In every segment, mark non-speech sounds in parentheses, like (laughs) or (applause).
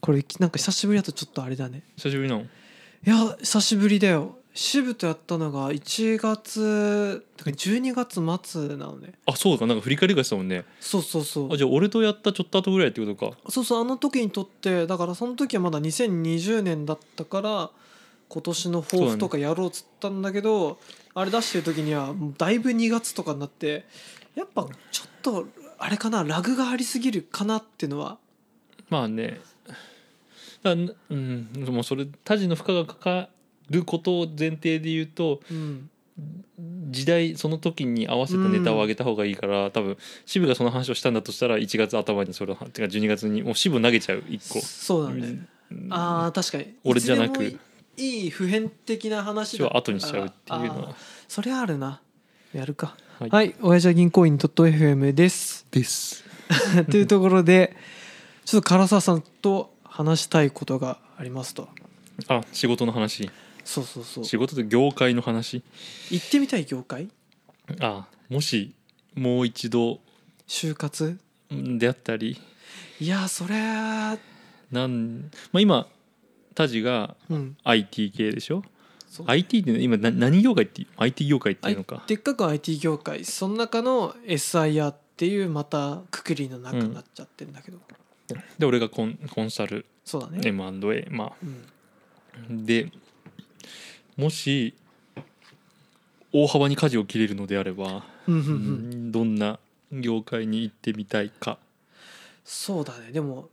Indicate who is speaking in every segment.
Speaker 1: これなんか久しぶりだとちょっとあれだね
Speaker 2: 久しぶりなの
Speaker 1: いや久しぶりだよ渋とやったのが1月だから12月末なのね
Speaker 2: あそうかなんか振り返りがしたもんね
Speaker 1: そうそうそ
Speaker 2: あ
Speaker 1: う
Speaker 2: じゃあ俺とやったちょっと後ぐらいってことか
Speaker 1: そうそうあの時にとってだからその時はまだ2020年だったから今年の抱負とかやろうっつったんだけどあれ出してる時にはもうだいぶ2月とかになってやっぱちょっとあれかなラグがありすぎるかなっていうのは
Speaker 2: まあねだうんもうそれ他人の負荷がかかることを前提で言うと
Speaker 1: うん
Speaker 2: 時代その時に合わせたネタを上げた方がいいから、多分渋がその話をしたんだとしたら1月頭にそれをてか12月にもう渋投げちゃう1個
Speaker 1: そうだね
Speaker 2: うん
Speaker 1: あー確かに
Speaker 2: 俺じゃなく
Speaker 1: いつでもいいい普遍的な話
Speaker 2: 一
Speaker 1: だ
Speaker 2: 応後にしちゃうっていうの
Speaker 1: あー
Speaker 2: は
Speaker 1: それあるなやるか
Speaker 2: はい
Speaker 1: はい親父は銀行員 .fm です
Speaker 2: (laughs) です
Speaker 1: というところでちょっと唐沢さんと話したいことがありますと
Speaker 2: あ仕事の話
Speaker 1: そうそうそう
Speaker 2: 仕事と業界の話
Speaker 1: 行ってみたい業界
Speaker 2: あもしもう一度
Speaker 1: 就活
Speaker 2: うんであったり
Speaker 1: いやそれは
Speaker 2: なん、まあ、今タジが
Speaker 1: うん、
Speaker 2: IT 系でしょ
Speaker 1: そう
Speaker 2: IT って今な何業界っていう IT 業界っていうのか
Speaker 1: でっかく IT 業界その中の SIR っていうまたくくりの中になっちゃってるんだけど、
Speaker 2: で俺がコンコンサル
Speaker 1: そうだね、
Speaker 2: M&A まあ
Speaker 1: うん、
Speaker 2: でもし大幅に舵を切れるのであれば、
Speaker 1: うんうんう
Speaker 2: うんんどんな業界に行ってみたいか
Speaker 1: そうだねでも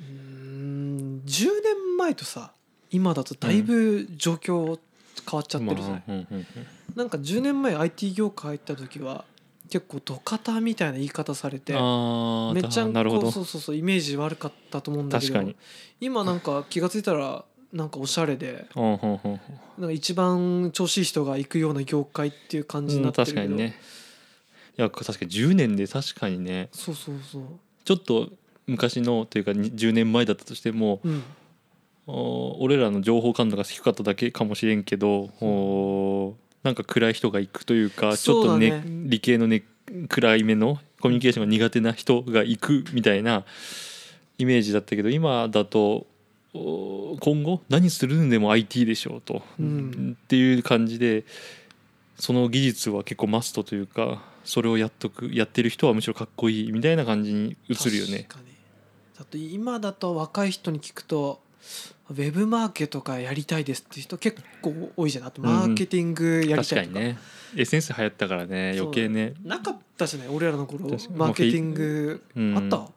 Speaker 1: うーん10年前とさ今だとだいぶ状況変わっちゃってるじゃない、
Speaker 2: まあうんうん
Speaker 1: なんか10年前 IT 業界入った時は結構土方みたいな言い方されて
Speaker 2: うんあ
Speaker 1: め
Speaker 2: ー
Speaker 1: っちゃ
Speaker 2: だなるほ
Speaker 1: こう
Speaker 2: ど
Speaker 1: そうそうそうイメージ悪かったと思うんだけ
Speaker 2: 確
Speaker 1: ど
Speaker 2: かに、
Speaker 1: 今なんか気が付いたらなんかおしゃれで
Speaker 2: うんうんうんうん
Speaker 1: なんか一番調子いい人が行くような業界っていう感じに
Speaker 2: う
Speaker 1: なっ
Speaker 2: ん
Speaker 1: てるけ
Speaker 2: 確
Speaker 1: ど、
Speaker 2: かにねいや確かに10年で確かにね
Speaker 1: そうそうそう
Speaker 2: ちょっと昔のというかに10年前だったとしても
Speaker 1: うん
Speaker 2: お俺らの情報感度が低かっただけかもしれんけどおなんか暗い人が行くというかちょ
Speaker 1: そ
Speaker 2: っと
Speaker 1: うだ
Speaker 2: ね
Speaker 1: ね
Speaker 2: 理系のね暗い目のコミュニケーションが苦手な人が行くみたいなイメージだったけど今だとお今後何するんでも IT でしょうと、
Speaker 1: うん
Speaker 2: っていう感じでその技術は結構マストというかそれをやっとくやってる人はむしろかっこいいみたいな感じに映るよね。
Speaker 1: 確かにだと今だと若い人に聞くとウェブマーケとかやりたいですって人結構多いじゃんあと
Speaker 2: うんうん
Speaker 1: マーケティングやり
Speaker 2: 確
Speaker 1: たい
Speaker 2: かに
Speaker 1: とか,、
Speaker 2: ねエッセンス流行ったからね
Speaker 1: そう
Speaker 2: 余計ね
Speaker 1: なかったじゃない俺らの頃
Speaker 2: 確かに
Speaker 1: マーケティング
Speaker 2: うん
Speaker 1: あった、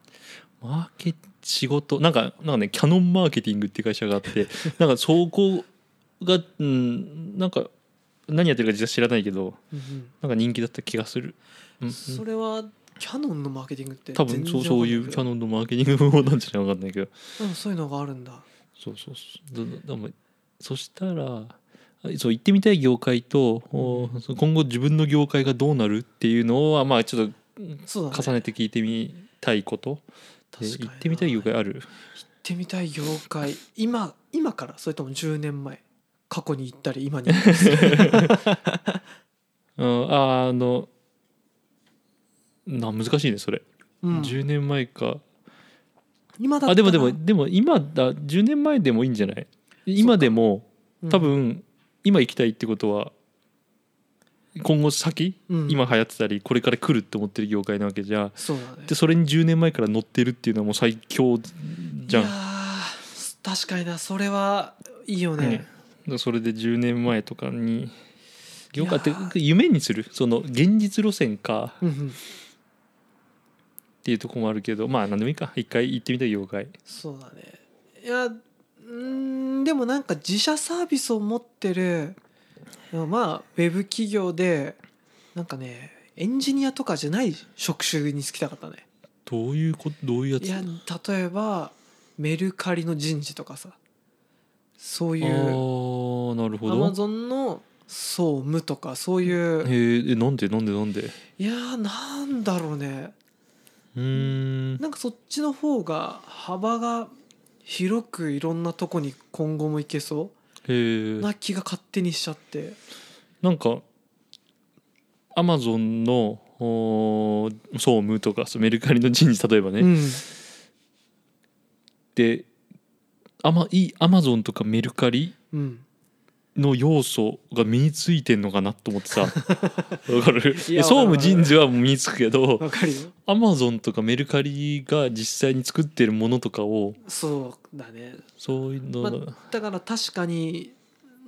Speaker 2: マーケ仕事なんかなんかねキャノンマーケティングっていう会社があって
Speaker 1: (laughs)
Speaker 2: なんかそこがうんなんか何やってるか実は知らないけど
Speaker 1: うんうん
Speaker 2: なんか人気だった気がする、うんうん
Speaker 1: それはキャノンのマーケティングって
Speaker 2: 多分そうそういうキャ
Speaker 1: ン
Speaker 2: ノンのマーケティングもなんじゃないか分かんないけど
Speaker 1: そういうのがあるんだ
Speaker 2: そうそうそうででもそしたらそう行ってみたい業界と、おそう今後自分の業界がどうなるっていうのはまあちょっ
Speaker 1: そうだ
Speaker 2: と
Speaker 1: ね
Speaker 2: 重ねて聞いてみたいこと
Speaker 1: 確か
Speaker 2: で
Speaker 1: に
Speaker 2: 行
Speaker 1: な
Speaker 2: ってみたい業界ある
Speaker 1: 行ってみたい業界今今からそれとも10年前過去に行ったり今
Speaker 2: (laughs)
Speaker 1: に行ったりする
Speaker 2: うん、ああのな難しいねそれ、
Speaker 1: うん
Speaker 2: 10年前か
Speaker 1: 今だったら
Speaker 2: あでもでもでも今だ10年前でもいいんじゃない今でも
Speaker 1: うん
Speaker 2: 多分、今行きたいってことは今後先、
Speaker 1: うん
Speaker 2: 今流行ってたりこれから来るって思ってる業界なわけじゃ
Speaker 1: そうだね
Speaker 2: でそれに10年前から乗ってるっていうのはもう最強じゃん
Speaker 1: いやー確かになそれはいいよ
Speaker 2: うん
Speaker 1: ね、
Speaker 2: だからそれで10年前とかに業界っ
Speaker 1: いやー
Speaker 2: て夢にするその現実路線か
Speaker 1: うんうん
Speaker 2: っていうところもあるけどまあ何でもいいか一回行ってみたい業界
Speaker 1: そうだねいやうーんでもなんか自社サービスを持ってるまあウェブ企業でなんかねエンジニアとかじゃない職種に就きたかったね
Speaker 2: どういうこどういうやつ
Speaker 1: いや例えばメルカリの人事とかさそうい
Speaker 2: あ
Speaker 1: う
Speaker 2: ーなる
Speaker 1: ア
Speaker 2: ほ
Speaker 1: マ
Speaker 2: ど
Speaker 1: ゾンの総務とかそう
Speaker 2: へ
Speaker 1: いう
Speaker 2: ーえなんでなんでなんでう
Speaker 1: いやーなんだろうね
Speaker 2: ーん
Speaker 1: なんかそっちの方が幅が広くいろんなとこに今後も行けそ
Speaker 2: へ
Speaker 1: う
Speaker 2: ー
Speaker 1: な気が勝手にしちゃって
Speaker 2: なんかアマゾンのおー総務とかそうメルカリの人事例えばね、
Speaker 1: うん
Speaker 2: であまいいアマゾンとかメルカリ
Speaker 1: うん
Speaker 2: の要素が身についてんのかなと
Speaker 1: (laughs)
Speaker 2: 思ってさわかる
Speaker 1: いや
Speaker 2: 総務人事はもう身につくけど
Speaker 1: わかるよ
Speaker 2: アマゾンとかメルカリが実際に作ってるものとかを
Speaker 1: そうだね
Speaker 2: そういうの、
Speaker 1: まあだから確かに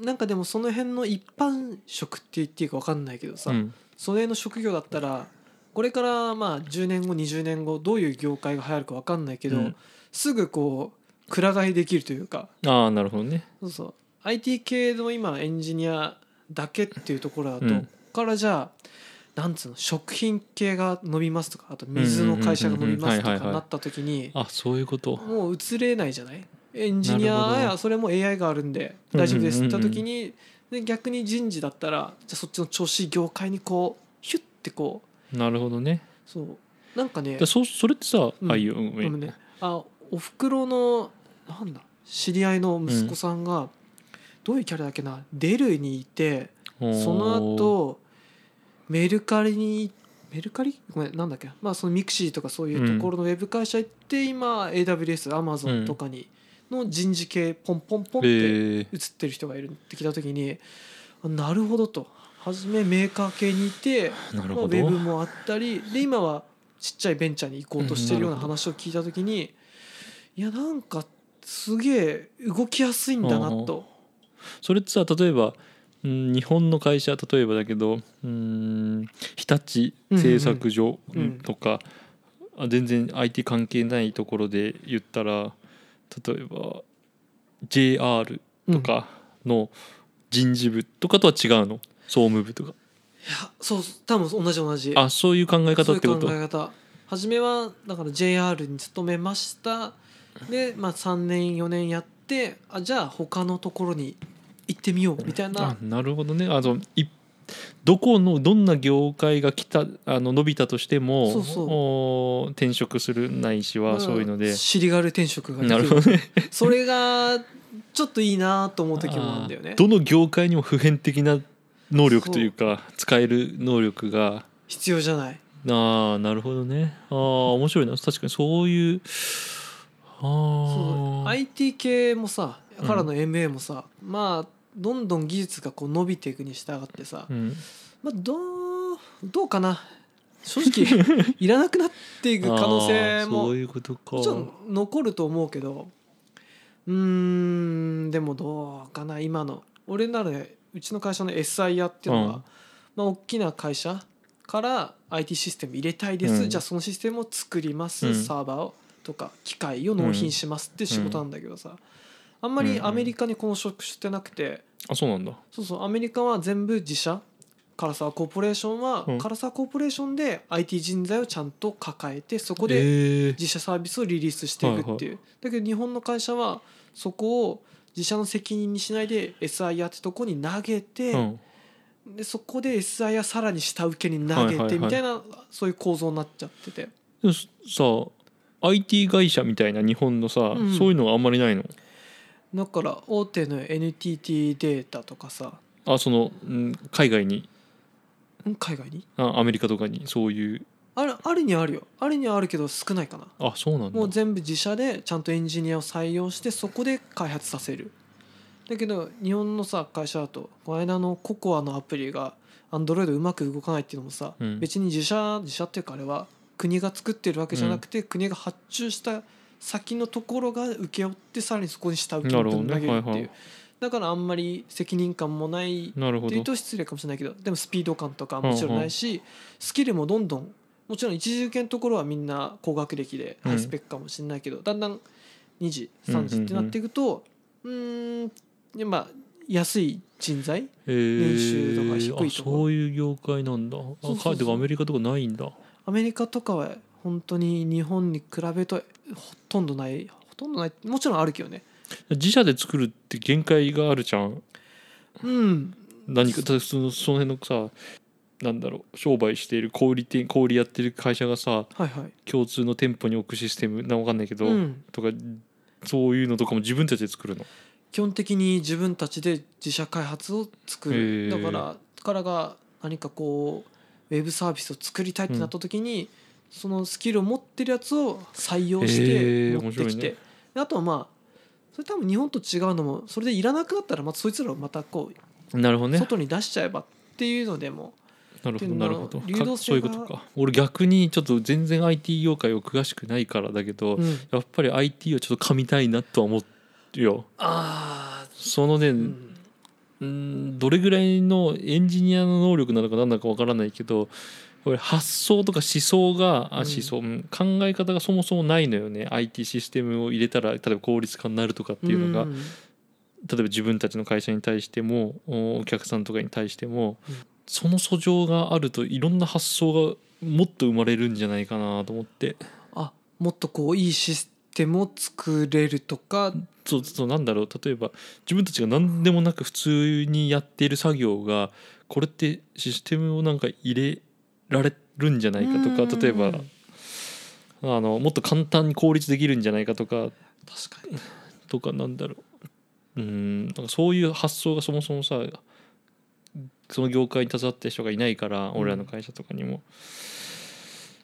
Speaker 1: なんかでもその辺の一般職って言っていいか分かんないけどさ、
Speaker 2: うん
Speaker 1: その辺の職業だったらこれからまあ10年後20年後どういう業界が流行るか分かんないけど、
Speaker 2: うん
Speaker 1: すぐこうくら替えできるというか
Speaker 2: ああなるほどね
Speaker 1: そうそう IT 系の今エンジニアだけっていうところだと、
Speaker 2: うん
Speaker 1: ここからじゃあなんつうの食品系が伸びますとかあと水の会社が伸びますと
Speaker 2: うんうんうんうんはい
Speaker 1: か
Speaker 2: はいはい
Speaker 1: なった時に
Speaker 2: あそういうこと
Speaker 1: もう移れないじゃないエンジニ
Speaker 2: なるほ
Speaker 1: ア
Speaker 2: ど
Speaker 1: やそれも AI があるんで大丈夫ですって言った時
Speaker 2: うん
Speaker 1: にで逆に人事だったらじゃあそっちの調子業界にこうヒュッてこ
Speaker 2: なるほどね
Speaker 1: うそうなんかね
Speaker 2: だそそれってさ、
Speaker 1: うん
Speaker 2: あいいようん
Speaker 1: ごめんねあおふくろのなんだ知り合いの息子さんが、どういうキャラだっけなデルにいてその後メルカリにメルカリごめんなんだっけまあそのミクシーとかそういうところのウェブ会社行って、今 AWS アマゾンとかにの人事系ポンポンポン
Speaker 2: お
Speaker 1: っ
Speaker 2: ー
Speaker 1: て
Speaker 2: えー
Speaker 1: 移ってる人がいるって聞いた時に、あなるほどと初めメーカー系にいて
Speaker 2: なる
Speaker 1: まあ
Speaker 2: ほ
Speaker 1: ウ
Speaker 2: ど
Speaker 1: ェブもあったりで今はちっちゃいベンチャーに行こうとしてるような
Speaker 2: うんなる
Speaker 1: 話を聞いた時にいやなんかすげえ動きやすいんだなと。
Speaker 2: それってさ例えばうん日本の会社例えばだけどうん日立製作所
Speaker 1: うんうんうん
Speaker 2: とか、あ全然 IT 関係ないところで言ったら例えば JR
Speaker 1: うん
Speaker 2: とかの人事部とかとは違うの総務部とか
Speaker 1: いやそう多分同じ同じ
Speaker 2: あそういう考え方
Speaker 1: そう
Speaker 2: っ
Speaker 1: いう
Speaker 2: てこ
Speaker 1: 考
Speaker 2: と
Speaker 1: え方初めはだから JR に勤めましたで、まあ、3年4年やってあじゃあ他のところに行ってみようみたいな
Speaker 2: あなるほどねあのいどこのどんな業界が来たあの伸びたとしても
Speaker 1: そうそう
Speaker 2: おー転職するないしはそういうので、
Speaker 1: 尻軽転職ができ
Speaker 2: なるほどね
Speaker 1: それがちょっといいなと思う時もあるんだよ
Speaker 2: あ
Speaker 1: ね
Speaker 2: ーどの業界にも普遍的な能力というか使える能力が
Speaker 1: 必要じゃない
Speaker 2: ああなるほどねああ面白いな確かにそういう
Speaker 1: そ
Speaker 2: あ
Speaker 1: う
Speaker 2: あ
Speaker 1: IT 系もさからの MA もさ、まあどんどん技術がこう伸びていくに従ってさ、
Speaker 2: うん、
Speaker 1: まあ、どうどうかな正
Speaker 2: (laughs)
Speaker 1: 直いらなくなっていく可能性
Speaker 2: あーそ
Speaker 1: も
Speaker 2: ういうことか
Speaker 1: もちろん残ると思うけどうーんでもどうかな今の俺ならねうちの会社の SIR っていうのは、
Speaker 2: うん
Speaker 1: まあ、大きな会社から IT システム入れたいです、
Speaker 2: うん
Speaker 1: じゃあそのシステムを作ります、
Speaker 2: うん
Speaker 1: サーバーをとか機械を納品しますって仕事なんだけどさ、あんまりアメリカにこの職種ってなくて、
Speaker 2: あそうなんだ
Speaker 1: そうそうアメリカは全部自社唐沢コーポレーションは、
Speaker 2: うん
Speaker 1: 唐沢コーポレーションで IT 人材をちゃんと抱えてそこ
Speaker 2: こ
Speaker 1: で
Speaker 2: えー
Speaker 1: 自社サービスをリリースしていくっていう、だけど日本の会社はそこを自社の責任にしないで SIR ってとこに投げて、
Speaker 2: うん、
Speaker 1: でそこで SIR さらに下請けに投げ
Speaker 2: はいはいは
Speaker 1: て
Speaker 2: い
Speaker 1: みたいな、そういう構造になっちゃってて
Speaker 2: でもさ IT 会社みたいな日本のさ、
Speaker 1: うん
Speaker 2: そういうのがあんまりないの
Speaker 1: だから大手の NTT データとかさ
Speaker 2: あその、うん、海外に
Speaker 1: ん海外に
Speaker 2: あアメリカとかにそういう
Speaker 1: あるあるにはあるよあるにはあるけど少ないかな
Speaker 2: あそうなんだ
Speaker 1: もう全部自社でちゃんとエンジニアを採用してそこで開発させるだけど日本のさ会社だとこの間のココアのアプリが Android うまく動かないっていうのもさ、
Speaker 2: うん
Speaker 1: 別に自社自社っていうかあれは国が作ってるわけじゃなくて、国が発注した先のところが請け負ってさらにそこに下請けをぶん投げるっ
Speaker 2: なる
Speaker 1: て
Speaker 2: ほ
Speaker 1: いう、
Speaker 2: どねはいはい
Speaker 1: だからあんまり責任感もない
Speaker 2: なるほ
Speaker 1: っていう
Speaker 2: ど
Speaker 1: と失礼かもしれないけどでもスピード感とかもちろんないし、スキルもどんどんもちろん一次受験のところはみんな高学歴で
Speaker 2: うん
Speaker 1: ハイスペックかもしれないけど、だんだん2次
Speaker 2: うんうんうん
Speaker 1: 3次ってなっていくとうーんでまあ安い人材
Speaker 2: 年
Speaker 1: 収とか低いとか
Speaker 2: そういう業界なんだあ
Speaker 1: そうそうそう
Speaker 2: 海外とかアメリカとかないんだ
Speaker 1: アメリカとかは本当に日本に比べるとほとんどないほとんどないもちろんあるけどね
Speaker 2: 自社で作るって限界があるじゃん
Speaker 1: うん
Speaker 2: 何かただそのその辺のさなんだろう商売している小売店小売やってる会社がさ
Speaker 1: はいはい
Speaker 2: 共通の店舗に置くシステムなんかわかんないけど、
Speaker 1: うん
Speaker 2: とかそういうのとかも自分たちで作るの
Speaker 1: 基本的に自分たちで自社開発を作
Speaker 2: へ
Speaker 1: る
Speaker 2: ー
Speaker 1: だからからが何かこうウェブサービスを作りたいってなった時に、そのスキルを持ってるやつを採用し
Speaker 2: へ
Speaker 1: て
Speaker 2: ー
Speaker 1: 持って
Speaker 2: 面
Speaker 1: き
Speaker 2: 白い
Speaker 1: て、
Speaker 2: ね
Speaker 1: であとはまあそれ多分日本と違うのもそれでいらなくなったらまたそいつらをまたこ
Speaker 2: なるほど
Speaker 1: う
Speaker 2: ね
Speaker 1: 外に出しちゃえばっていうのでも
Speaker 2: なるほどなるほど
Speaker 1: っていうのは流動
Speaker 2: か
Speaker 1: 性
Speaker 2: そういうことか俺逆にちょっと全然 IT 業界を詳しくないからだけど、
Speaker 1: うん
Speaker 2: やっぱり IT をちょっと噛みたいなとは思うよ
Speaker 1: ああ
Speaker 2: そのね、
Speaker 1: う
Speaker 2: うんーん、どれぐらいのエンジニアの能力なのか何なのかわからないけどこれ発想とか思想があ
Speaker 1: うん
Speaker 2: 思想、うん考え方がそもそもないのよね IT システムを入れたら例えば効率化になるとかっていうのが、
Speaker 1: ん
Speaker 2: 例えば自分たちの会社に対してもおお客さんとかに対しても、
Speaker 1: うん
Speaker 2: その訴状があるといろんな発想がもっと生まれるんじゃないかなと思って
Speaker 1: あもっとこういいシステムを作れるとか
Speaker 2: そうそうなんだろう例えば自分たちが何でもなく普通にやっている作業がこれってシステムをなんか入れられるんじゃないかと
Speaker 1: う
Speaker 2: か
Speaker 1: ん
Speaker 2: 例えばあのもっと簡単に効率できるんじゃないかとか
Speaker 1: 確かに
Speaker 2: とかなんだろううんなんかそういう発想がそもそもさその業界に携わってる人がいないから俺らの会社とかにも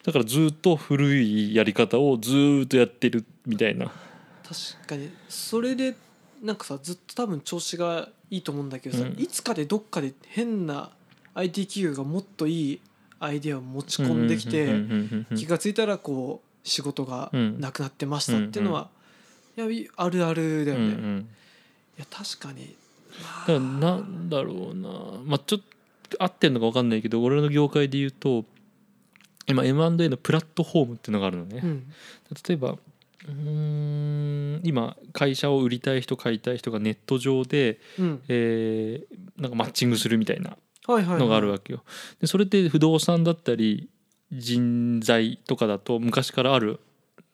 Speaker 2: だからずっと古いやり方をずっとやってるみたいな
Speaker 1: 確かにそれでなんかさずっと多分調子がいいと思うんだけどさ、
Speaker 2: うん
Speaker 1: いつかでどっかで変な IT 企業がもっといいアイデアを持ち込んでき
Speaker 2: うんうん
Speaker 1: て
Speaker 2: うんうん
Speaker 1: 気が付いたらこう仕事がなくなってましたっていうのは、いやあるあるだよ
Speaker 2: う
Speaker 1: ね、
Speaker 2: んう
Speaker 1: い
Speaker 2: ん
Speaker 1: や確かに、
Speaker 2: だ
Speaker 1: ま
Speaker 2: からなんだろうなまあちょっと合ってんのか分かんないけど俺の業界で言うと今 M&A のプラットフォームっていうのがあるのね、
Speaker 1: うん
Speaker 2: 例えばうーん今会社を売りたい人買いたい人がネット上で、
Speaker 1: うん、
Speaker 2: えーなんかマッチングするみたいな
Speaker 1: はいはいはい、
Speaker 2: のがあるわけよ。でそれって不動産だったり人材とかだと昔からある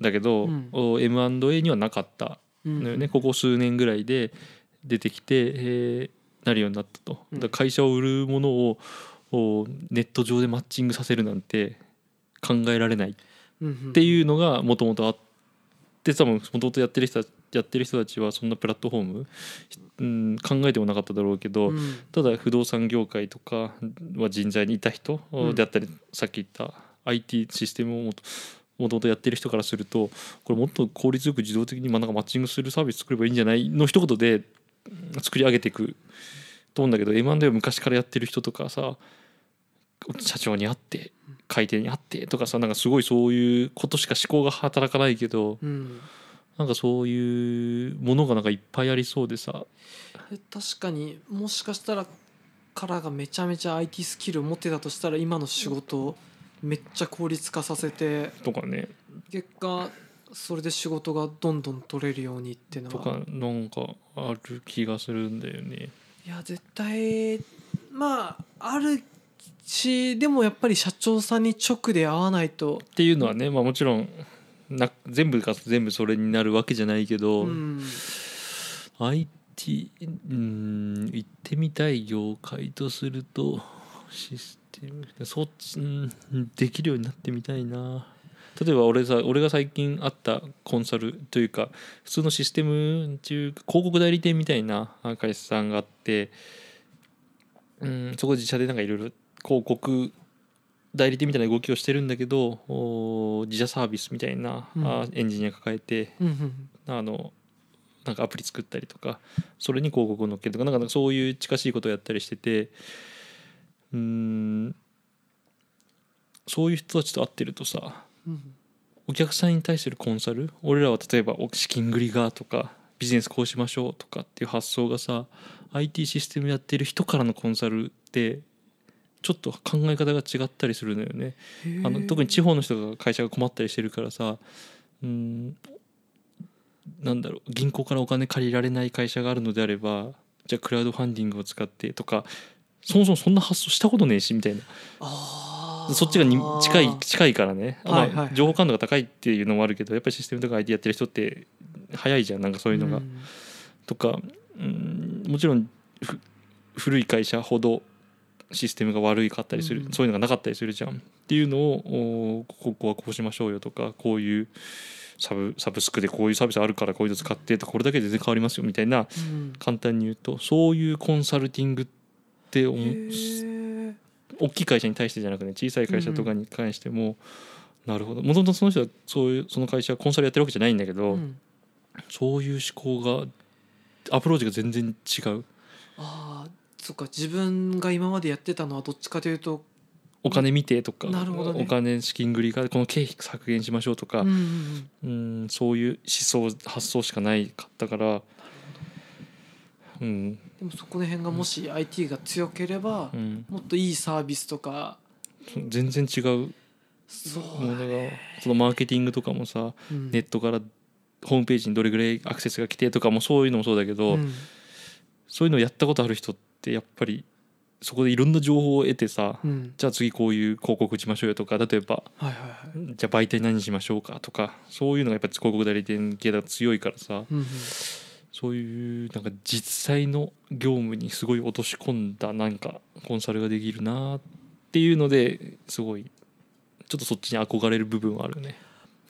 Speaker 2: んだけ
Speaker 1: う
Speaker 2: ど、
Speaker 1: ん
Speaker 2: M&A にはなかった
Speaker 1: うん
Speaker 2: のよね、ここ数年ぐらいで出てきて、えーなるようになったと。
Speaker 1: うん
Speaker 2: だから会社を売るものをおネット上でマッチングさせるなんて考えられない
Speaker 1: うんうん
Speaker 2: っていうのがもともとあって多分もともとやってる人たやってる人たちはそんなプラットフォーム、うん、考えてもなかっただろうけど、
Speaker 1: うん
Speaker 2: ただ不動産業界とかは人材にいた人
Speaker 1: うん
Speaker 2: であったり、さっき言った IT システムをもともとやってる人からするとこれもっと効率よく自動的にまあなんかマッチングするサービス作ればいいんじゃないの一言でうん作り上げていくと思うんだけど M&A を昔からやってる人とかさ社長に会って会計に会ってとかさなんかすごいそういうことしか思考が働かないけど
Speaker 1: うん
Speaker 2: なんかそういうものがなんかいっぱいありそうでさ
Speaker 1: え確かにもしかしたらカラーがめちゃめちゃ IT スキルを持ってたとしたら今の仕事をめっちゃ効率化させて
Speaker 2: とかね
Speaker 1: 結果それで仕事がどんどん取れるようにっていうの
Speaker 2: と
Speaker 1: は
Speaker 2: かなんかある気がするんだよね。
Speaker 1: いや絶対まああるしでもやっぱり社長さんに直で会わないと、
Speaker 2: っていうのはね、まあ、もちろんな全部が全部それになるわけじゃないけど、
Speaker 1: うん
Speaker 2: IT うん行ってみたい業界とするとシステムそっちうんできるようになってみたいな。例えば俺さ俺が最近あったコンサルというか普通のシステム中広告代理店みたいなあ会社さんがあってうんそこ自社でなんかいろいろ広告代理店みたいな動きをしてるんだけどおー自社サービスみたいな、
Speaker 1: うん
Speaker 2: あエンジニア抱えて
Speaker 1: うんうん
Speaker 2: あのなんかアプリ作ったりとかそれに広告を載っけるとかなんかそういう近しいことをやったりしててうーんそういう人たちと会ってるとさ
Speaker 1: うん
Speaker 2: お客さんに対するコンサル俺らは例えばお資金繰りがとかビジネスこうしましょうとかっていう発想がさ IT システムやってる人からのコンサルってちょっと考え方が違ったりするのよね。
Speaker 1: へえ
Speaker 2: あの特に地方の人が会社が困ったりしてるからさうんなんだろう銀行からお金借りられない会社があるのであればじゃあクラウドファンディングを使ってとかそもそもそんな発想したことねえしみたいな
Speaker 1: あー
Speaker 2: そっちがに近い近いからね、まあ
Speaker 1: はいはいはい
Speaker 2: 情報感度が高いっていうのもあるけどやっぱりシステムとか IT やってる人って早いじゃんなんかそういうのが。
Speaker 1: ん
Speaker 2: とかうんもちろんふ古い会社ほどシステムが悪いかったりする、
Speaker 1: うん
Speaker 2: そういうのがなかったりするじゃんっていうのをおここはこうしましょうよとかこういうサブサブスクでこういうサービスあるからこういうの使ってとかこれだけで全然変わりますよみたいな
Speaker 1: うん
Speaker 2: 簡単に言うとそういうコンサルティングってお
Speaker 1: へ
Speaker 2: も
Speaker 1: え
Speaker 2: 大きい会社に対してじゃなくて小さい会社とかに関しても、なるほどもともとその人はそういうその会社はコンサルやってるわけじゃないんだけど、
Speaker 1: うん
Speaker 2: そういう思考がアプローチが全然違う
Speaker 1: ああそっか自分が今までやってたのはどっちかというと
Speaker 2: お金見てとか、
Speaker 1: なるほどね
Speaker 2: お金資金繰りがこの経費削減しましょうとか、
Speaker 1: うんうんうん
Speaker 2: うん、そういう思想発想しかないかったから、うん
Speaker 1: でもそこら辺がもし IT が強ければ
Speaker 2: う、ん、
Speaker 1: もっといいサービスとか
Speaker 2: 全然違う
Speaker 1: そう
Speaker 2: も
Speaker 1: だ
Speaker 2: の
Speaker 1: ね、
Speaker 2: がそのマーケティングとかもさ
Speaker 1: うん
Speaker 2: ネットからホームページにどれぐらいアクセスが来てとかもそういうのもそうだけど、
Speaker 1: うん
Speaker 2: そういうのをやったことある人ってやっぱりそこでいろんな情報を得てさ、
Speaker 1: うん、
Speaker 2: じゃあ次こういう広告打ちましょうよとか例えば
Speaker 1: はいはいはい、
Speaker 2: じゃあ媒体何にしましょうかとかそういうのがやっぱり広告代理店系だと強いからさ
Speaker 1: うんうん、
Speaker 2: そういうなんか実際の業務にすごい落とし込んだなんかコンサルができるなっていうのですごいちょっとそっちに憧れる部分はあるよね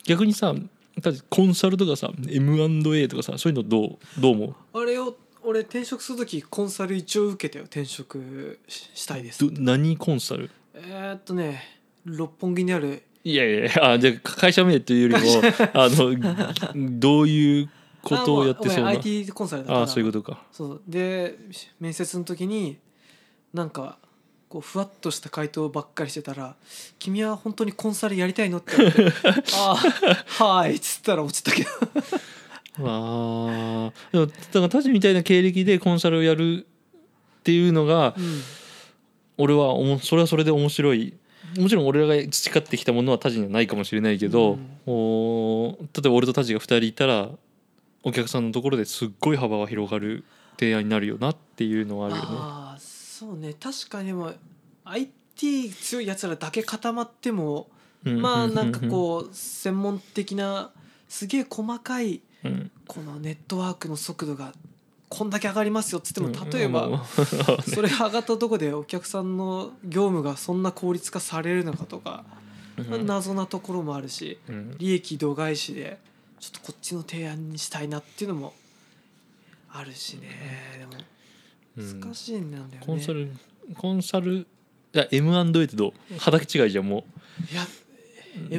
Speaker 2: 逆にさだってコンサルとかさ M&A とかさそういうのどうどう思う
Speaker 1: あれを俺転職する時コンサル一応受けたよ転職ししたいです
Speaker 2: ど何コンサル
Speaker 1: えー、っとね六本木にある
Speaker 2: いやいやいやあじゃあ会社名というより (laughs) もあのどういうことをやってそ
Speaker 1: あ
Speaker 2: うな
Speaker 1: ごめん IT コンサルだった
Speaker 2: ああそういうことか
Speaker 1: とそうで面接の時になんかこうふわっとした回答ばっかりしてたら「君は本当にコンサルやりたいの?」って言わ
Speaker 2: (laughs)
Speaker 1: れて「ああはーい」っつったら落ちたけど
Speaker 2: ああでもだからタジみたいな経歴でコンサルをやるっていうのが
Speaker 1: うん
Speaker 2: 俺はおもそれはそれで面白いもちろん俺らが培ってきたものはタジにはないかもしれないけど、おー例えば俺とタジが2人いたらお客さんのところですっごい幅が広がる提案になるよなっていうのはあるよね。
Speaker 1: あーそうね確かにもう IT 強いやつらだけ固まっても
Speaker 2: うん
Speaker 1: まあなんかこう専門的なすげえ細かい
Speaker 2: うん、うん
Speaker 1: このネットワークの速度がこんだけ上がりますよっつっても例え
Speaker 2: うん
Speaker 1: ば (laughs) それが上がったとこでお客さんの業務がそんな効率化されるのかとか
Speaker 2: うん
Speaker 1: 謎なところもあるし
Speaker 2: うん
Speaker 1: 利益度外視でちょっとこっちの提案にしたいなっていうのもあるしね
Speaker 2: う
Speaker 1: で
Speaker 2: ん
Speaker 1: も難しいんだよね。
Speaker 2: コンサルコンサルいや M&A ってどう肌違いじゃんも
Speaker 1: いや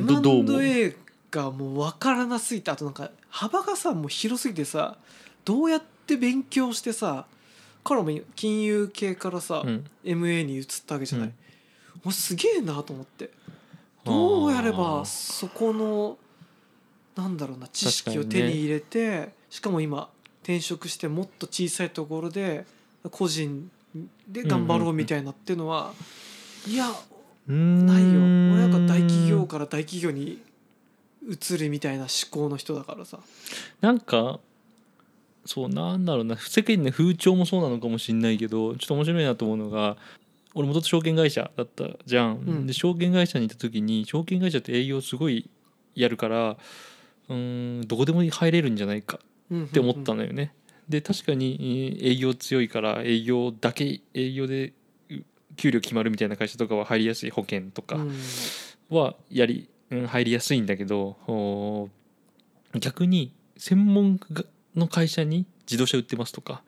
Speaker 2: うどどう思う
Speaker 1: M&A がもう分からなすぎてあとなんか幅がさもう広すぎてさどうやって勉強してさからも金融系からさ、
Speaker 2: うん
Speaker 1: MA に移ったわけじゃない、
Speaker 2: うん
Speaker 1: もうすげえなと思ってどうやればそこのなんだろうな知識を
Speaker 2: 確かに
Speaker 1: 手
Speaker 2: ね
Speaker 1: に入れて、しかも今転職してもっと小さいところで個人で頑張ろうみたいなっていうのは、いやな
Speaker 2: ない
Speaker 1: よ俺なんか大企業から大企業に移るみたいな思考の人だからさ
Speaker 2: なんかそうなんだろうな世間の風潮もそうなのかもしれないけどちょっと面白いなと思うのが俺元々証券会社だったじゃん、
Speaker 1: うん
Speaker 2: で証券会社にいた時に証券会社って営業すごいやるからうーんどこでも入れるんじゃないか
Speaker 1: っ
Speaker 2: って思ったのよね。で確かにえー営業強いから営業だけ営業でう給料決まるみたいな会社とかは入りやすい保険とかはやり、うん、入りやすいんだけどおー逆に専門がの会社に自動車売ってますとか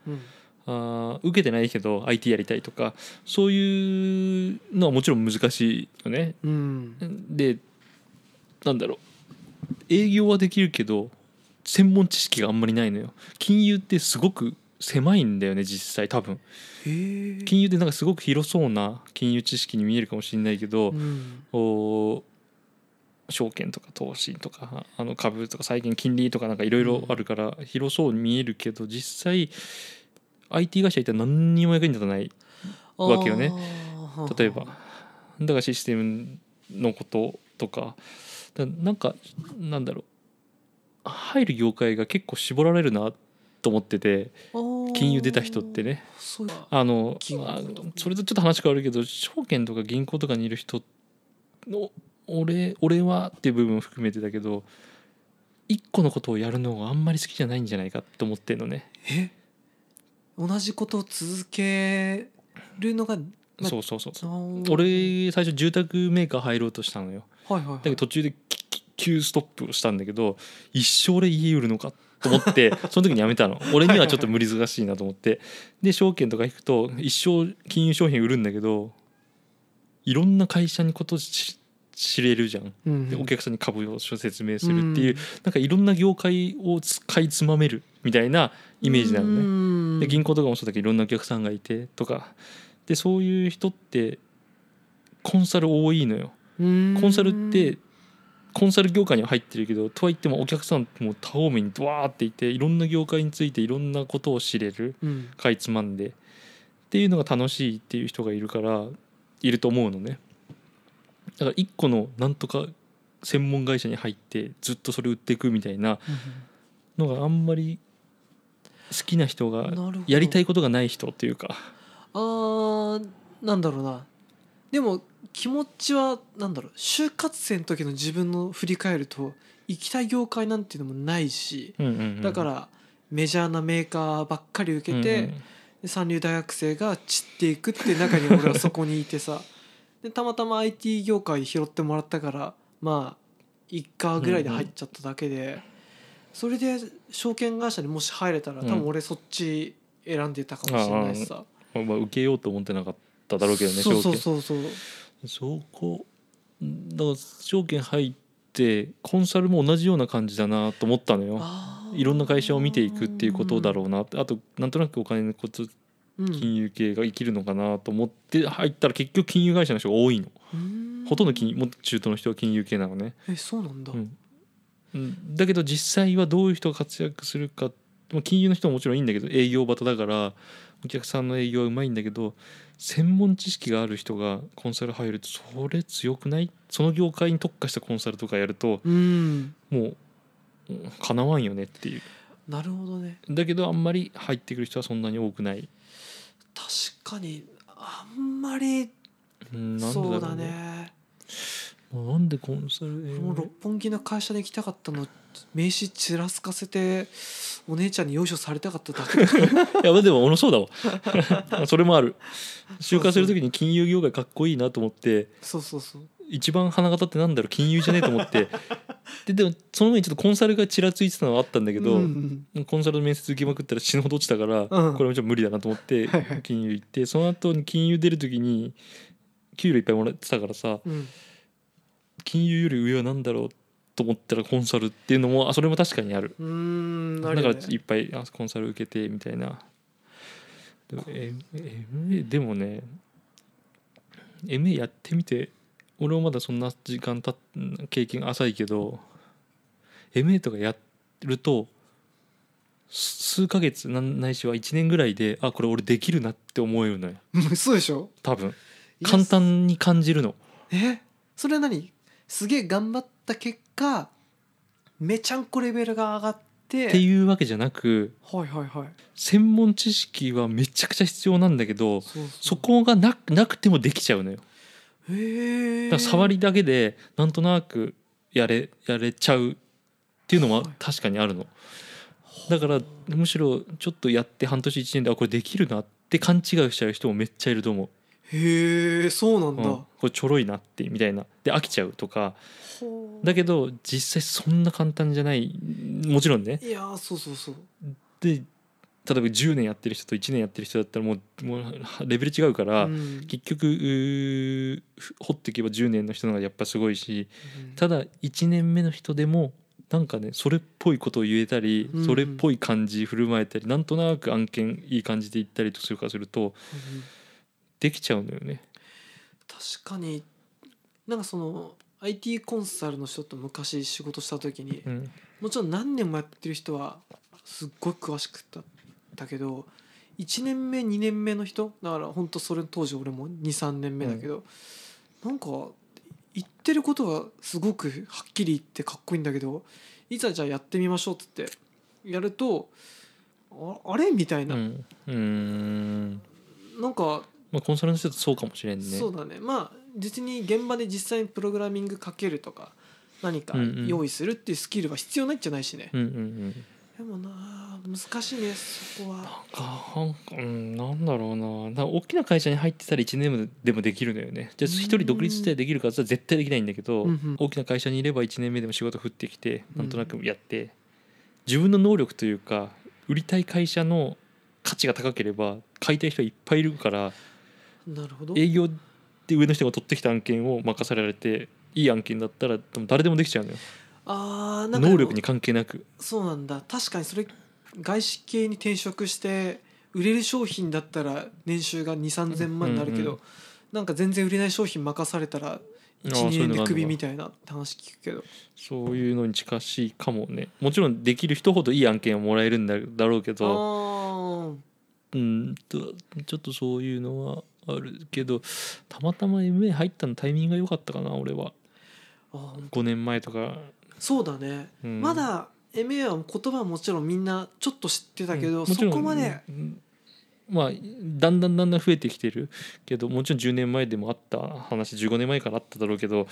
Speaker 2: あー受けてないけど IT やりたいとかそういうのはもちろん難しいよね。でなんだろう営業はできるけど専門知識があんまりないのよ金融ってすごく狭いんだよね実際多分金融ってなんかすごく広そうな金融知識に見えるかもしれないけど、お証券とか投資とかあの株とか最近金利とかなんかいろいろあるから広そうに見えるけど実際 IT 会社いたら何にも役に立たないわけよね例えばだからシステムのこととかだなんかなんだろう入る業界が結構絞られるなと思ってて金融出た人ってね
Speaker 1: そういう
Speaker 2: あの
Speaker 1: 銀行
Speaker 2: まあ
Speaker 1: とか
Speaker 2: それとちょっと話変わるけど証券とか銀行とかにいる人の俺俺はっていう部分も含めてだけど一個のことをやるのがあんまり好きじゃないんじゃないかと思ってんのね。
Speaker 1: え同じことを続けるのがまあ
Speaker 2: そうそうそう
Speaker 1: あー
Speaker 2: 俺最初住宅メーカー入ろうとしたのよ。
Speaker 1: はいはいはい
Speaker 2: だけど途中できき急ストップをしたんだけど一生俺家売るのかと思って (laughs) その時にやめたの俺にはちょっと無理難しいなと思ってで証券とか引くと一生金融商品売るんだけどいろんな会社にことし知れるじゃん。
Speaker 1: うん
Speaker 2: でお客さんに株を説明するっていう、なんかいろんな業界を使いつまめるみたいなイメージなのね。
Speaker 1: の
Speaker 2: で銀行とかもそうだけどいろんなお客さんがいてとかでそういう人ってコンサル多いのよコンサルってコンサル業界には入ってるけどとはいってもお客さんも多方面にドワーっていていろんな業界についていろんなことを知れる
Speaker 1: うん
Speaker 2: かいつまんでっていうのが楽しいっていう人がいるからいると思うのねだから一個のなんとか専門会社に入ってずっとそれ売っていくみたいなのがあんまり好きな人が
Speaker 1: なるほど
Speaker 2: やりたいことがない人っていうか
Speaker 1: あーなんだろうなでも気持ちはなんだろう就活生の時の自分の振り返ると行きたい業界なんていうのもないし、だからメジャーなメーカーばっかり受けて、で三流大学生が散っていくっていう中に俺はそこにいて
Speaker 2: (laughs)
Speaker 1: さでたまたま IT 業界拾ってもらったからまあ1回ぐらいで入っちゃっただけで、それで証券会社にもし入れたら、
Speaker 2: うん
Speaker 1: 多分俺そっち選んでたかもしれないしさ
Speaker 2: まあまあ受けようと思ってなかっただろうけどね
Speaker 1: そう
Speaker 2: 証
Speaker 1: そう
Speaker 2: 券
Speaker 1: そうそう
Speaker 2: そこだから証券入ってコンサルも同じような感じだなと思ったのよ
Speaker 1: あー
Speaker 2: いろんな会社を見ていくっていうことだろうなってあとなんとなくお金のこと
Speaker 1: うん、
Speaker 2: 金融系が生きるのかなと思って入ったら結局金融会社の人が多いの
Speaker 1: うん
Speaker 2: ほとんど金融もっと中東の人は金融系なのね
Speaker 1: えそうなんだ、
Speaker 2: うんうんだけど実際はどういう人が活躍するかまあ金融の人ももちろんいいんだけど営業バタだからお客さんの営業はうまいんだけど専門知識がある人がコンサル入るとそれ強くないその業界に特化したコンサルとかやると
Speaker 1: うん
Speaker 2: もううんかなわんよねっていう
Speaker 1: なるほどね
Speaker 2: だけどあんまり入ってくる人はそんなに多くない
Speaker 1: 確かにあんまり
Speaker 2: うんなんで
Speaker 1: そう
Speaker 2: ろ
Speaker 1: だ
Speaker 2: う
Speaker 1: ね
Speaker 2: まあなんでコンサル営
Speaker 1: も
Speaker 2: 業
Speaker 1: う六本木の会社で行きたかったの名刺ちらつかせてお姉ちゃんによいしょされたかっただ
Speaker 2: (laughs)
Speaker 1: け
Speaker 2: いやまあでもおのそうだ
Speaker 1: (laughs)
Speaker 2: わそれもある就活する時に金融業界かっこいいなと思って
Speaker 1: そうそうそう
Speaker 2: 一番花形ってなんだろう金融じゃねえと思って
Speaker 1: (laughs)
Speaker 2: ででもその前にちょっとコンサルがちらついてたのはあったんだけど、
Speaker 1: うん
Speaker 2: コンサルの面接受けまくったら死ぬほど落ちたか
Speaker 1: う
Speaker 2: ら、
Speaker 1: ん
Speaker 2: これもちょっと無理だなと思って
Speaker 1: はいはい
Speaker 2: 金融行ってその後に金融出る時に給料いっぱいもらってたからさ
Speaker 1: うん
Speaker 2: 金融より上は何だろうと思ったらコンサルっていうのもあそれも確かにある
Speaker 1: うーんあ
Speaker 2: だ
Speaker 1: る
Speaker 2: から
Speaker 1: よ
Speaker 2: い
Speaker 1: ね
Speaker 2: っぱいあコンサル受けてみたいなでも M- MA でもね MA やってみて俺はまだそんな時間た経験浅いけど MA とかやるとす数ヶ月なんないしは1年ぐらいであこれ俺できるなって思えるのよ
Speaker 1: うんそうでしょ
Speaker 2: 多分
Speaker 1: いや
Speaker 2: 簡単に感じるの
Speaker 1: えそれは何すげえ頑張った結果めちゃんこレベルが上がって
Speaker 2: っていうわけじゃなく
Speaker 1: はいはいはい
Speaker 2: 専門知識はめちゃくちゃ必要なんだけど
Speaker 1: そうそう
Speaker 2: そこがなくなくてもできちゃうのよ
Speaker 1: へ
Speaker 2: だ
Speaker 1: え
Speaker 2: から触りだけでなんとなくやれやれちゃうっていうのは確かにあるのだからむしろちょっとやって半年1年であこれできるなって勘違いしちゃう人もめっちゃいると思う、
Speaker 1: へえそうなん
Speaker 2: う
Speaker 1: だ
Speaker 2: ん、これちょろいなってみたいなで飽きちゃうとか
Speaker 1: ほう
Speaker 2: だけど実際そんな簡単じゃないもちろんね
Speaker 1: いやーそうそうそう
Speaker 2: で例えば10年やってる人と1年やってる人だったらもうもうレベル違うから、
Speaker 1: うん
Speaker 2: 結局うー掘っていけば10年の人の方がやっぱすごいし
Speaker 1: うん
Speaker 2: ただ1年目の人でもなんかねそれっぽいことを言えたり、
Speaker 1: うんうん
Speaker 2: それっぽい感じ振る舞えたりなんとなく案件いい感じで言ったりとするかすると
Speaker 1: うん
Speaker 2: できちゃうのよね。
Speaker 1: 確かになんかその IT コンサルの人と昔仕事した時に
Speaker 2: うん
Speaker 1: もちろん何年もやってる人はすっごい詳しくただけど1年目2年目の人だから本当それ当時俺も23年目だけど、なんか言ってることはすごくはっきり言ってかっこいいんだけどいざじゃあやってみましょうっつってやるとああれみたいうな、
Speaker 2: んうーん
Speaker 1: なんか
Speaker 2: まあ、コンサルの人だとそうかもしれんね。
Speaker 1: そうだねまあ別に現場で実際にプログラミングかけるとか何か
Speaker 2: うんうん
Speaker 1: 用意するっていうスキルは必要ないじゃないしね、
Speaker 2: うんうんうん、
Speaker 1: でもなあ難しいねそこは
Speaker 2: あなんかうんなんだろうなだから大きな会社に入ってたら1年でもできるのよねじゃあ一人独立してできるかって言ったら絶対できないんだけど、
Speaker 1: うんうん
Speaker 2: 大きな会社にいれば1年目でも仕事降ってきて
Speaker 1: うん
Speaker 2: なんとなくやって、自分の能力というか売りたい会社の価値が高ければ買いたい人はいっぱいいるから
Speaker 1: なるほど
Speaker 2: 営業で上の人が取ってきた案件を任されられていい案件だったら多分誰でもできちゃうのよ
Speaker 1: あーなんかでも
Speaker 2: 能力に関係なく
Speaker 1: そうなんだ確かにそれ外資系に転職して売れる商品だったら年収が2 3千万になるけど、
Speaker 2: うんうん
Speaker 1: なんか全然売れない商品任されたら
Speaker 2: あーそう
Speaker 1: 12
Speaker 2: い
Speaker 1: 年
Speaker 2: う
Speaker 1: で
Speaker 2: のがあるのか
Speaker 1: クビみたいなって話聞くけど
Speaker 2: そういうのに近しいかもねもちろんできる人ほどいい案件をもらえるんだだろうけ
Speaker 1: あ
Speaker 2: ど
Speaker 1: ー
Speaker 2: うんとちょっとそういうのはあるけどたまたま MA 入ったのタイミングが良かったかな俺は
Speaker 1: あー
Speaker 2: 5年前とか、
Speaker 1: そうだね、
Speaker 2: うん
Speaker 1: まだ MA は言葉はもちろんみんなちょっと知ってたけど、
Speaker 2: うんもち
Speaker 1: そ
Speaker 2: ろん
Speaker 1: こまで、
Speaker 2: うんまあだんだんだんだん増えてきてるけどもちろん10年前でもあった話15年前からあっただろうけど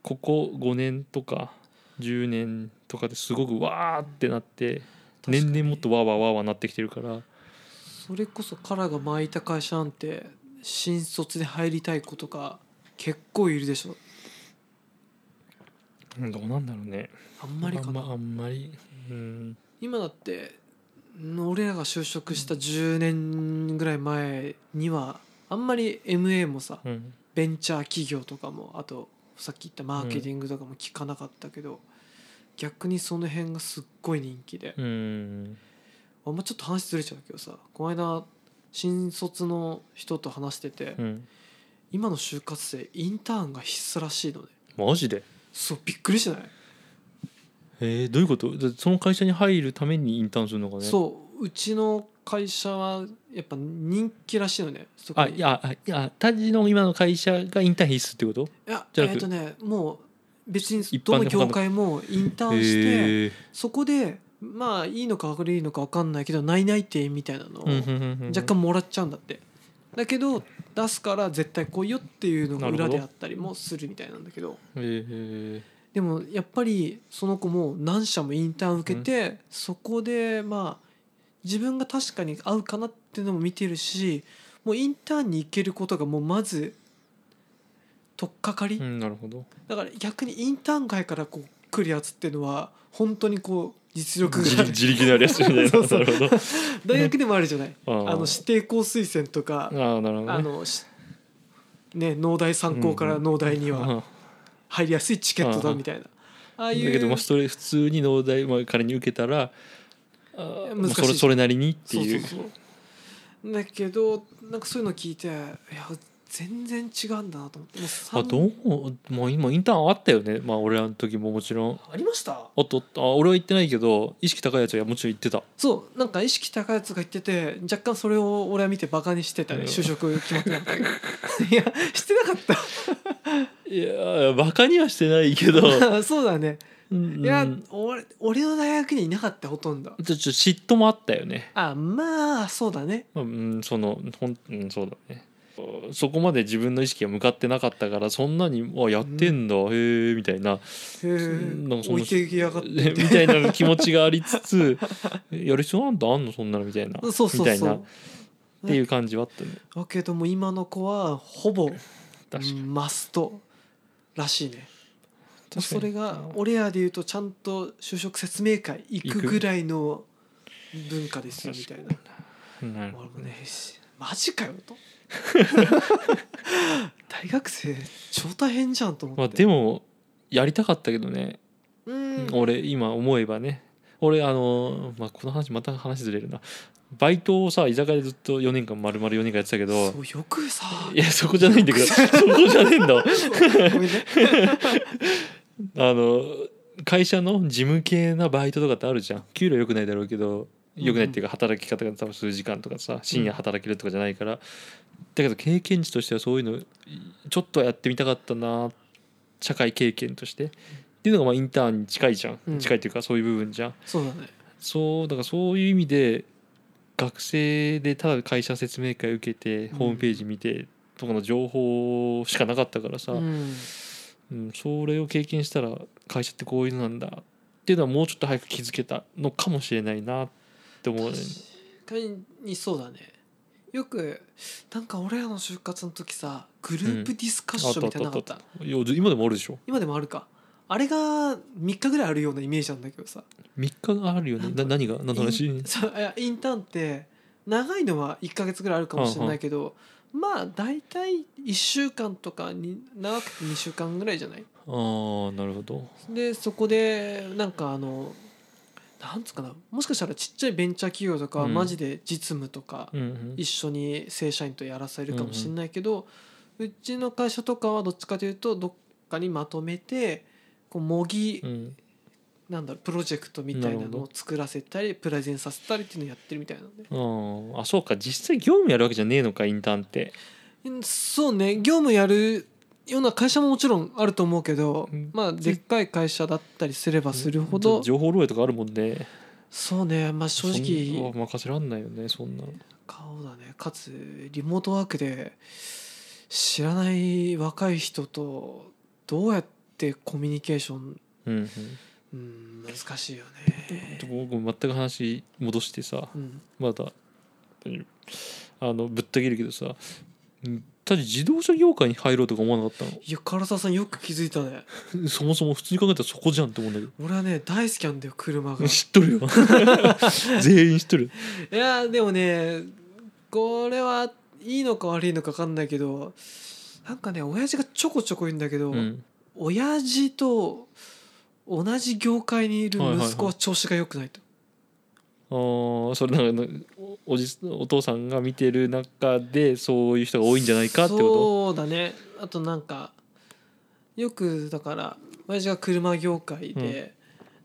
Speaker 2: ここ5年とか10年とかですごくわーってなって
Speaker 1: 確かに
Speaker 2: 年々もっとわーわーわーわーなってきてるから
Speaker 1: それこそカラが巻いた会社なんて新卒で入りたい子とか結構いるでしょ
Speaker 2: うんどうなんだろうね
Speaker 1: あんまりかな
Speaker 2: あんまあんまりうん
Speaker 1: 今だってん俺らが就職した10年ぐらい前にはあんまり MA もさ
Speaker 2: うん
Speaker 1: ベンチャー企業とかもあとさっき言ったマーケティングとかも聞かなかったけど、逆にその辺がすっごい人気で、
Speaker 2: うん
Speaker 1: あんまちょっと話ずれちゃうけどさこの間新卒の人と話してて、
Speaker 2: うん
Speaker 1: 今の就活生インターンが必須らしいのね
Speaker 2: マジで
Speaker 1: そうびっくりしない、
Speaker 2: えー、どういうことだってその会社に入るためにインターンするのかね
Speaker 1: そううちの会社はやっぱ人気らしいのねそこ
Speaker 2: あ
Speaker 1: に
Speaker 2: いやあいやタジの今の会社がインターン必須ってこと
Speaker 1: いや
Speaker 2: じゃな
Speaker 1: え
Speaker 2: く
Speaker 1: っとねもう別に
Speaker 2: 一
Speaker 1: ど
Speaker 2: 般
Speaker 1: の
Speaker 2: で他の
Speaker 1: 業界もインターンして、
Speaker 2: へえ
Speaker 1: そこでまあいいのか悪いのか分かんないけど内々定みたいなのを
Speaker 2: うんうんうんうん
Speaker 1: 若干もらっちゃうんだってだけど出すから絶対来いよっていうのが裏であったりもするみたいなんだけど
Speaker 2: へえ
Speaker 1: でもやっぱりその子も何社もインターン受けて、そこでまあ自分が確かに合うかなっていうのも見てるしもうインターンに行けることがもうまず取っかかり、
Speaker 2: うんなるほど
Speaker 1: だから逆にインターン外からこう来るやつっていうのは本当にこう実力がある
Speaker 2: 自力のあるやつみたいな
Speaker 1: そうそう
Speaker 2: なるほど
Speaker 1: (laughs) 大学でもあるじゃないあ
Speaker 2: あー
Speaker 1: の指定校推薦とか
Speaker 2: ああなるほどね
Speaker 1: あのしね農大三高から農大には入りやすいチケットだみたいなああ
Speaker 2: うん
Speaker 1: い
Speaker 2: だけどま
Speaker 1: う
Speaker 2: あそれ普通に農大まあ仮に受けたらあー
Speaker 1: 難しい
Speaker 2: もうそれそれなりにって
Speaker 1: そう
Speaker 2: い
Speaker 1: そううそうだけどなんかそういうの聞いていや全然違うんだなと思ってもう三
Speaker 2: あどうもう今インターンあったよねまあ俺らの時ももちろん
Speaker 1: ありました
Speaker 2: あとあ俺は行ってないけど意識高いやつはもちろん行ってた
Speaker 1: そうなんか意識高いやつが言ってて若干それを俺は見てバカにしてたね
Speaker 2: うん
Speaker 1: 就職決まってなかったけ (laughs) どいやしてなかった
Speaker 2: いやーバカにはしてないけ
Speaker 1: (laughs)
Speaker 2: ど
Speaker 1: そうだね。
Speaker 2: うん
Speaker 1: いや、俺俺の大学にいなかったほとんど。
Speaker 2: ちょちょ嫉妬もあったよね、
Speaker 1: あまあそうだね。
Speaker 2: まあうん、そのほん、うん、そうだねそこまで自分の意識が向かってなかったからそんなに「あやってんだ、へえ」みたいな
Speaker 1: へ
Speaker 2: んな
Speaker 1: え
Speaker 2: んかその
Speaker 1: 置いてきや
Speaker 2: (laughs)
Speaker 1: がってみたい
Speaker 2: みたいな気持ちがありつつ「やる必要あんだあんのそんなの」みたいな
Speaker 1: な。そうそう
Speaker 2: みたい
Speaker 1: そ
Speaker 2: なっ
Speaker 1: う。
Speaker 2: ていう感じはあったね
Speaker 1: だけども今の子はほぼ
Speaker 2: 確かに
Speaker 1: マストらしいね。
Speaker 2: 確かに
Speaker 1: それが俺らで言うとちゃんと就職説明会行くぐらいの文化ですよみたいな。
Speaker 2: なるほ
Speaker 1: 俺
Speaker 2: ど
Speaker 1: もねしマジかよと。大学生超大変じゃんと思って。
Speaker 2: まあでもやりたかったけどね、
Speaker 1: うん、
Speaker 2: 俺今思えばね俺あの、まあ、この話また話ずれるなバイトをさ居酒屋でずっと4年間丸々4年間やってたけど
Speaker 1: そうよくさ (laughs)
Speaker 2: いやそこじゃないんだけどそこじゃねえんだわ
Speaker 1: ごめんね
Speaker 2: あの会社の事務系なバイトとかってあるじゃん給料良くないだろうけど良くないっていうか働き方が多分数時間とかさ深夜働けるとかじゃないから、だけど経験値としてはそういうのちょっとはやってみたかったな社会経験としてっていうのがまあインターンに近いじゃん、
Speaker 1: うん
Speaker 2: 近いっていうかそういう部分じゃん
Speaker 1: そうだね
Speaker 2: そうだからそういう意味で学生でただ会社説明会受けて
Speaker 1: うん
Speaker 2: ホームページ見てとかの情報しかなかったからさ、
Speaker 1: うん
Speaker 2: うん、それを経験したら会社ってこういうのなんだっていうのはもうちょっと早く気づけたのかもしれないなって思うね
Speaker 1: 確かにそうだねよくなんか俺らの就活の時さグループディスカッションみたいなのなかった,、
Speaker 2: いや今でもあるでしょ
Speaker 1: 今でもあるかあれが3日ぐらいあるようなイメージなんだけどさ
Speaker 2: 3日があるよねな何が何の話
Speaker 1: インそういやインターンって長いのは1ヶ月ぐらいあるかもしれないけど、まあ大体1週間とかに長くて2週間ぐらいじゃない
Speaker 2: あーなるほど
Speaker 1: でそこでなんかあのなんつうかなもしかしたらちっちゃいベンチャー企業とかは
Speaker 2: うん
Speaker 1: マジで実務とか
Speaker 2: うんうん
Speaker 1: 一緒に正社員とやらされるかもしれないけど、うちの会社とかはどっちかというとどっかにまとめてこう模擬、
Speaker 2: うん
Speaker 1: なんだろうプロジェクトみたいな
Speaker 2: なる
Speaker 1: の
Speaker 2: ほ
Speaker 1: を作らせたりプレゼンさせたりっていうのをやってるみたいなんで
Speaker 2: あーあそうか実際業務やるわけじゃねえのかインターンって
Speaker 1: うんそうね業務やるような会社ももちろんあると思うけど、
Speaker 2: うん
Speaker 1: まあでっかい会社だったりすればするほど、
Speaker 2: 情報漏洩とかあるもんね
Speaker 1: そうねまあ正
Speaker 2: そん
Speaker 1: 直
Speaker 2: な任せらんないよねそんなの
Speaker 1: 顔だねかつリモートワークで知らない若い人とどうやってコミュニケーション
Speaker 2: うんうん
Speaker 1: うん難しいよね
Speaker 2: ちょ僕も全く話戻してさ
Speaker 1: うん
Speaker 2: まだあのぶった切るけどさうんだって自動車業界に入ろうとか思わなかった
Speaker 1: いや唐沢さんよく気づいたね
Speaker 2: の (laughs) そもそも普通に考えたらそこじゃんって思うんだけど
Speaker 1: 俺はね大好きなんだよ車
Speaker 2: (laughs)
Speaker 1: が
Speaker 2: 知っとるよ全員知っとる
Speaker 1: いやでもねこれはいいのか悪いのか分かんないけどなんかね親父がちょこちょこ言うんだけど、
Speaker 2: うん
Speaker 1: 親父と同じ業界にいる
Speaker 2: はい
Speaker 1: 息
Speaker 2: はい
Speaker 1: 子
Speaker 2: は
Speaker 1: は調子が良くないと、
Speaker 2: あーそれなんかおおじお父さんが見てる中でそういう人が多いんじゃないかってこ
Speaker 1: そうだねあとなんかよくだから親父が車業界で、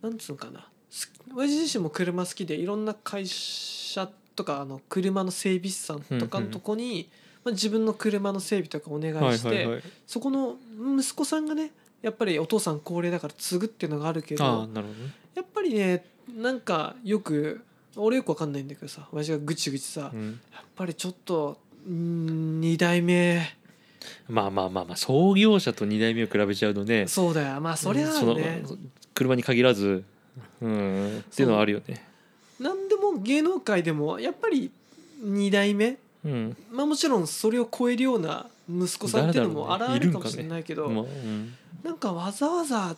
Speaker 1: なんつうのかなす親父自身も車好きでいろんな会社とかあの車の整備士さんとかのとこに、まあ、自分の車の整備とかお願
Speaker 2: とはい
Speaker 1: いして、
Speaker 2: はいはい
Speaker 1: そこの息子さんがねやっぱりお父さん高齢だから継ぐっていうのがあるけ
Speaker 2: あ
Speaker 1: ど
Speaker 2: あなるほどね
Speaker 1: やっぱりねなんかよく俺よくわかんないんだけどさ親父がぐちぐちさ、
Speaker 2: うん
Speaker 1: やっぱりちょっとうん2代目
Speaker 2: まあまあまあまあ創業者と2代目を比べちゃうとね
Speaker 1: そうだよまあそりゃあ
Speaker 2: その
Speaker 1: ね
Speaker 2: 車に限らず、うん、っていうのはあるよね。
Speaker 1: 何でも芸能界でもやっぱり2代目
Speaker 2: うん、
Speaker 1: まあもちろんそれを超えるような息子さんっていうのも
Speaker 2: 誰だろうね
Speaker 1: 現れるかも
Speaker 2: いるんか
Speaker 1: し
Speaker 2: ね
Speaker 1: れないけ
Speaker 2: まあ、
Speaker 1: ど、
Speaker 2: うん、
Speaker 1: なんかわざわざ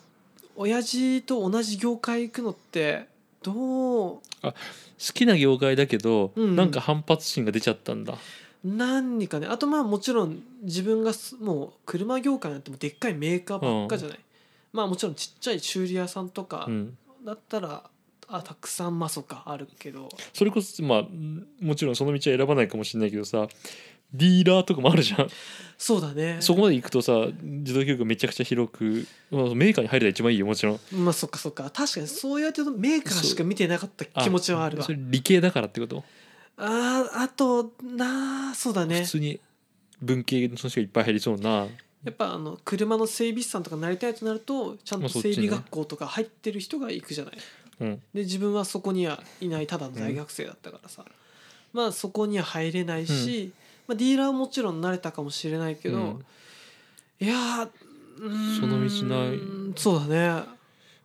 Speaker 1: 親父と同じ業界行くのってどう
Speaker 2: 好きな業界だけど、
Speaker 1: うん
Speaker 2: なんか反発心が出ちゃったんだ。
Speaker 1: 何かねあとまあもちろん自分がすもう車業界なんてもうでっかいメーカーばっかじゃない、まあもちろんちっちゃい修理屋さんとか
Speaker 2: うん、
Speaker 1: だったら、あたくさんまあそっかあるけど
Speaker 2: それこそまあうんもちろんその道は選ばないかもしれないけどさディーラーとかもあるじゃん
Speaker 1: そうだね
Speaker 2: そこまで行くとさ自動教育めちゃくちゃ広く、まあ、メーカーに入れたら一番いいよもちろん
Speaker 1: まあそっかそっか確かにそうやってるとメーカーしか見てなかった気持ちはあるわ
Speaker 2: それ理系だからってこと、
Speaker 1: あーあとなあそうだね
Speaker 2: 普通に文系の人がいっぱい入りそうな
Speaker 1: やっぱあの車の整備士さんとかなりたいとなるとちゃん
Speaker 2: ま
Speaker 1: と
Speaker 2: あそっち
Speaker 1: 整
Speaker 2: ね
Speaker 1: 備学校とか入ってる人が行くじゃない
Speaker 2: うん
Speaker 1: で自分はそこにはいないただの大学生だったからさ、まあそこには入れないし、まあ、ディーラーはもちろん慣れたかもしれないけど、
Speaker 2: うん
Speaker 1: いやーうーん
Speaker 2: その道ない
Speaker 1: そうだね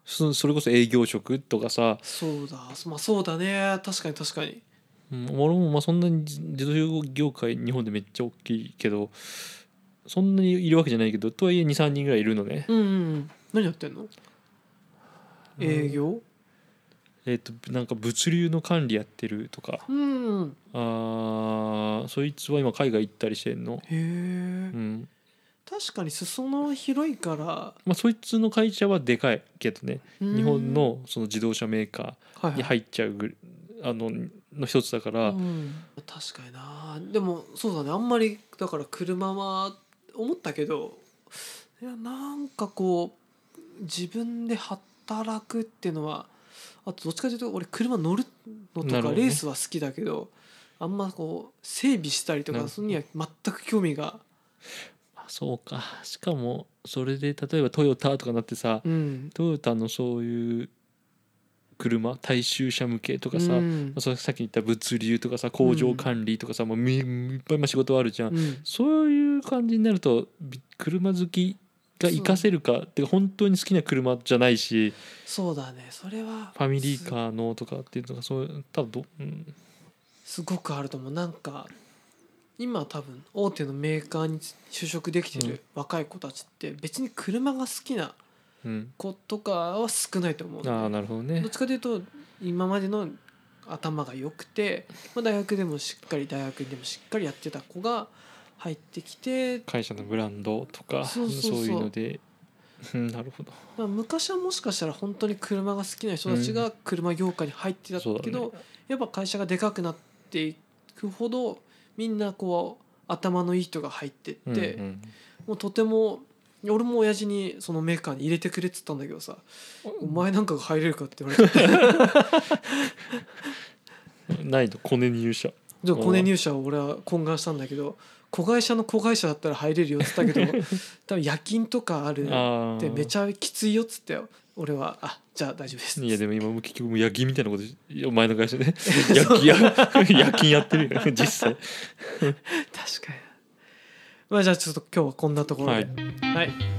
Speaker 2: そそれこそ営業職とかさ、
Speaker 1: そうだまあそうだね確かに確かに
Speaker 2: うん、俺もまあそんなに自自動車業界日本でめっちゃ大きいけどそんなにいるわけじゃないけどとはいえ23人ぐらいいるのね、
Speaker 1: うん、うん、何やってんの営業
Speaker 2: えっとなんか物流の管理やってるとか
Speaker 1: うん、うん、
Speaker 2: あーそいつは今海外行ったりしてんの、
Speaker 1: へえ
Speaker 2: うん
Speaker 1: 確かに裾野は広いから
Speaker 2: まあ、そいつの会社はでかいけどね
Speaker 1: うん
Speaker 2: 日本のその自動車メーカ
Speaker 1: はいは
Speaker 2: ー
Speaker 1: い
Speaker 2: に入っちゃうぐあのの一つだから、
Speaker 1: うん確かになでもそうだねあんまりだから車は思ったけどいやなんかこう自分で働くっていうのはあとどっちかというと俺車乗るのと
Speaker 2: なる
Speaker 1: か
Speaker 2: ほどね
Speaker 1: レースは好きだけどあんまこう整備したりと
Speaker 2: な
Speaker 1: か
Speaker 2: るほど
Speaker 1: それには全く興味が
Speaker 2: あそうかしかもそれで例えばトヨタとかなってさ、
Speaker 1: うん
Speaker 2: トヨタのそういう車大衆車向けとかさ、
Speaker 1: う
Speaker 2: ま
Speaker 1: ん
Speaker 2: あ、そのさっき言った物流とかさ工場管理とかさ、もうみいっぱいまあ仕事はあるじゃん、
Speaker 1: うん
Speaker 2: そういう感じになるとび車好きが活かせるかってか本当に好きな車じゃないし
Speaker 1: そうだねそれは
Speaker 2: ファミリーカーのとかっていうのがそういう多分ど、うん、
Speaker 1: すごくあると思うなんか今多分大手のメーカーに就職できて
Speaker 2: う
Speaker 1: る
Speaker 2: ん
Speaker 1: 若い子たちって別に車が好きな
Speaker 2: うん、
Speaker 1: 子とかは少ないと思う
Speaker 2: あ
Speaker 1: の
Speaker 2: あ
Speaker 1: ね
Speaker 2: なるほど
Speaker 1: ど
Speaker 2: ね
Speaker 1: っちかというと今までの頭が良くて、まあ、大学でもしっかり大学でもしっかりやってた子が入ってきて
Speaker 2: 会社のブランドとか
Speaker 1: そ
Speaker 2: そう
Speaker 1: うそうそう
Speaker 2: いうのでうんなるほど
Speaker 1: まあ、昔はもしかしたら本当に車が好きな人たちが車業界に入ってた
Speaker 2: そうだ
Speaker 1: けど、やっぱ会社がでかくなっていくほどみんなこう頭のいい人が入ってって、
Speaker 2: うんうん
Speaker 1: もうとても俺も親父にそのメーカーに入れてくれって言ったんだけどさ「お前なんかが入れるか?」って言われて
Speaker 2: ないとコネ入社
Speaker 1: でコネ入社を俺は懇願したんだけど子会社の子会社だったら入れるよって言ったけど多分夜勤とかある
Speaker 2: あ
Speaker 1: でめち
Speaker 2: ゃ
Speaker 1: ゃきついよっつったよ俺は「あじゃあ大丈夫です」
Speaker 2: いやでも今も結局もう夜勤みたいなことしお前の会
Speaker 1: (laughs)
Speaker 2: 社で夜勤や夜勤やってるよね実際
Speaker 1: 確かにまあじゃあちょっと今日はこんなところで
Speaker 2: はい
Speaker 1: はい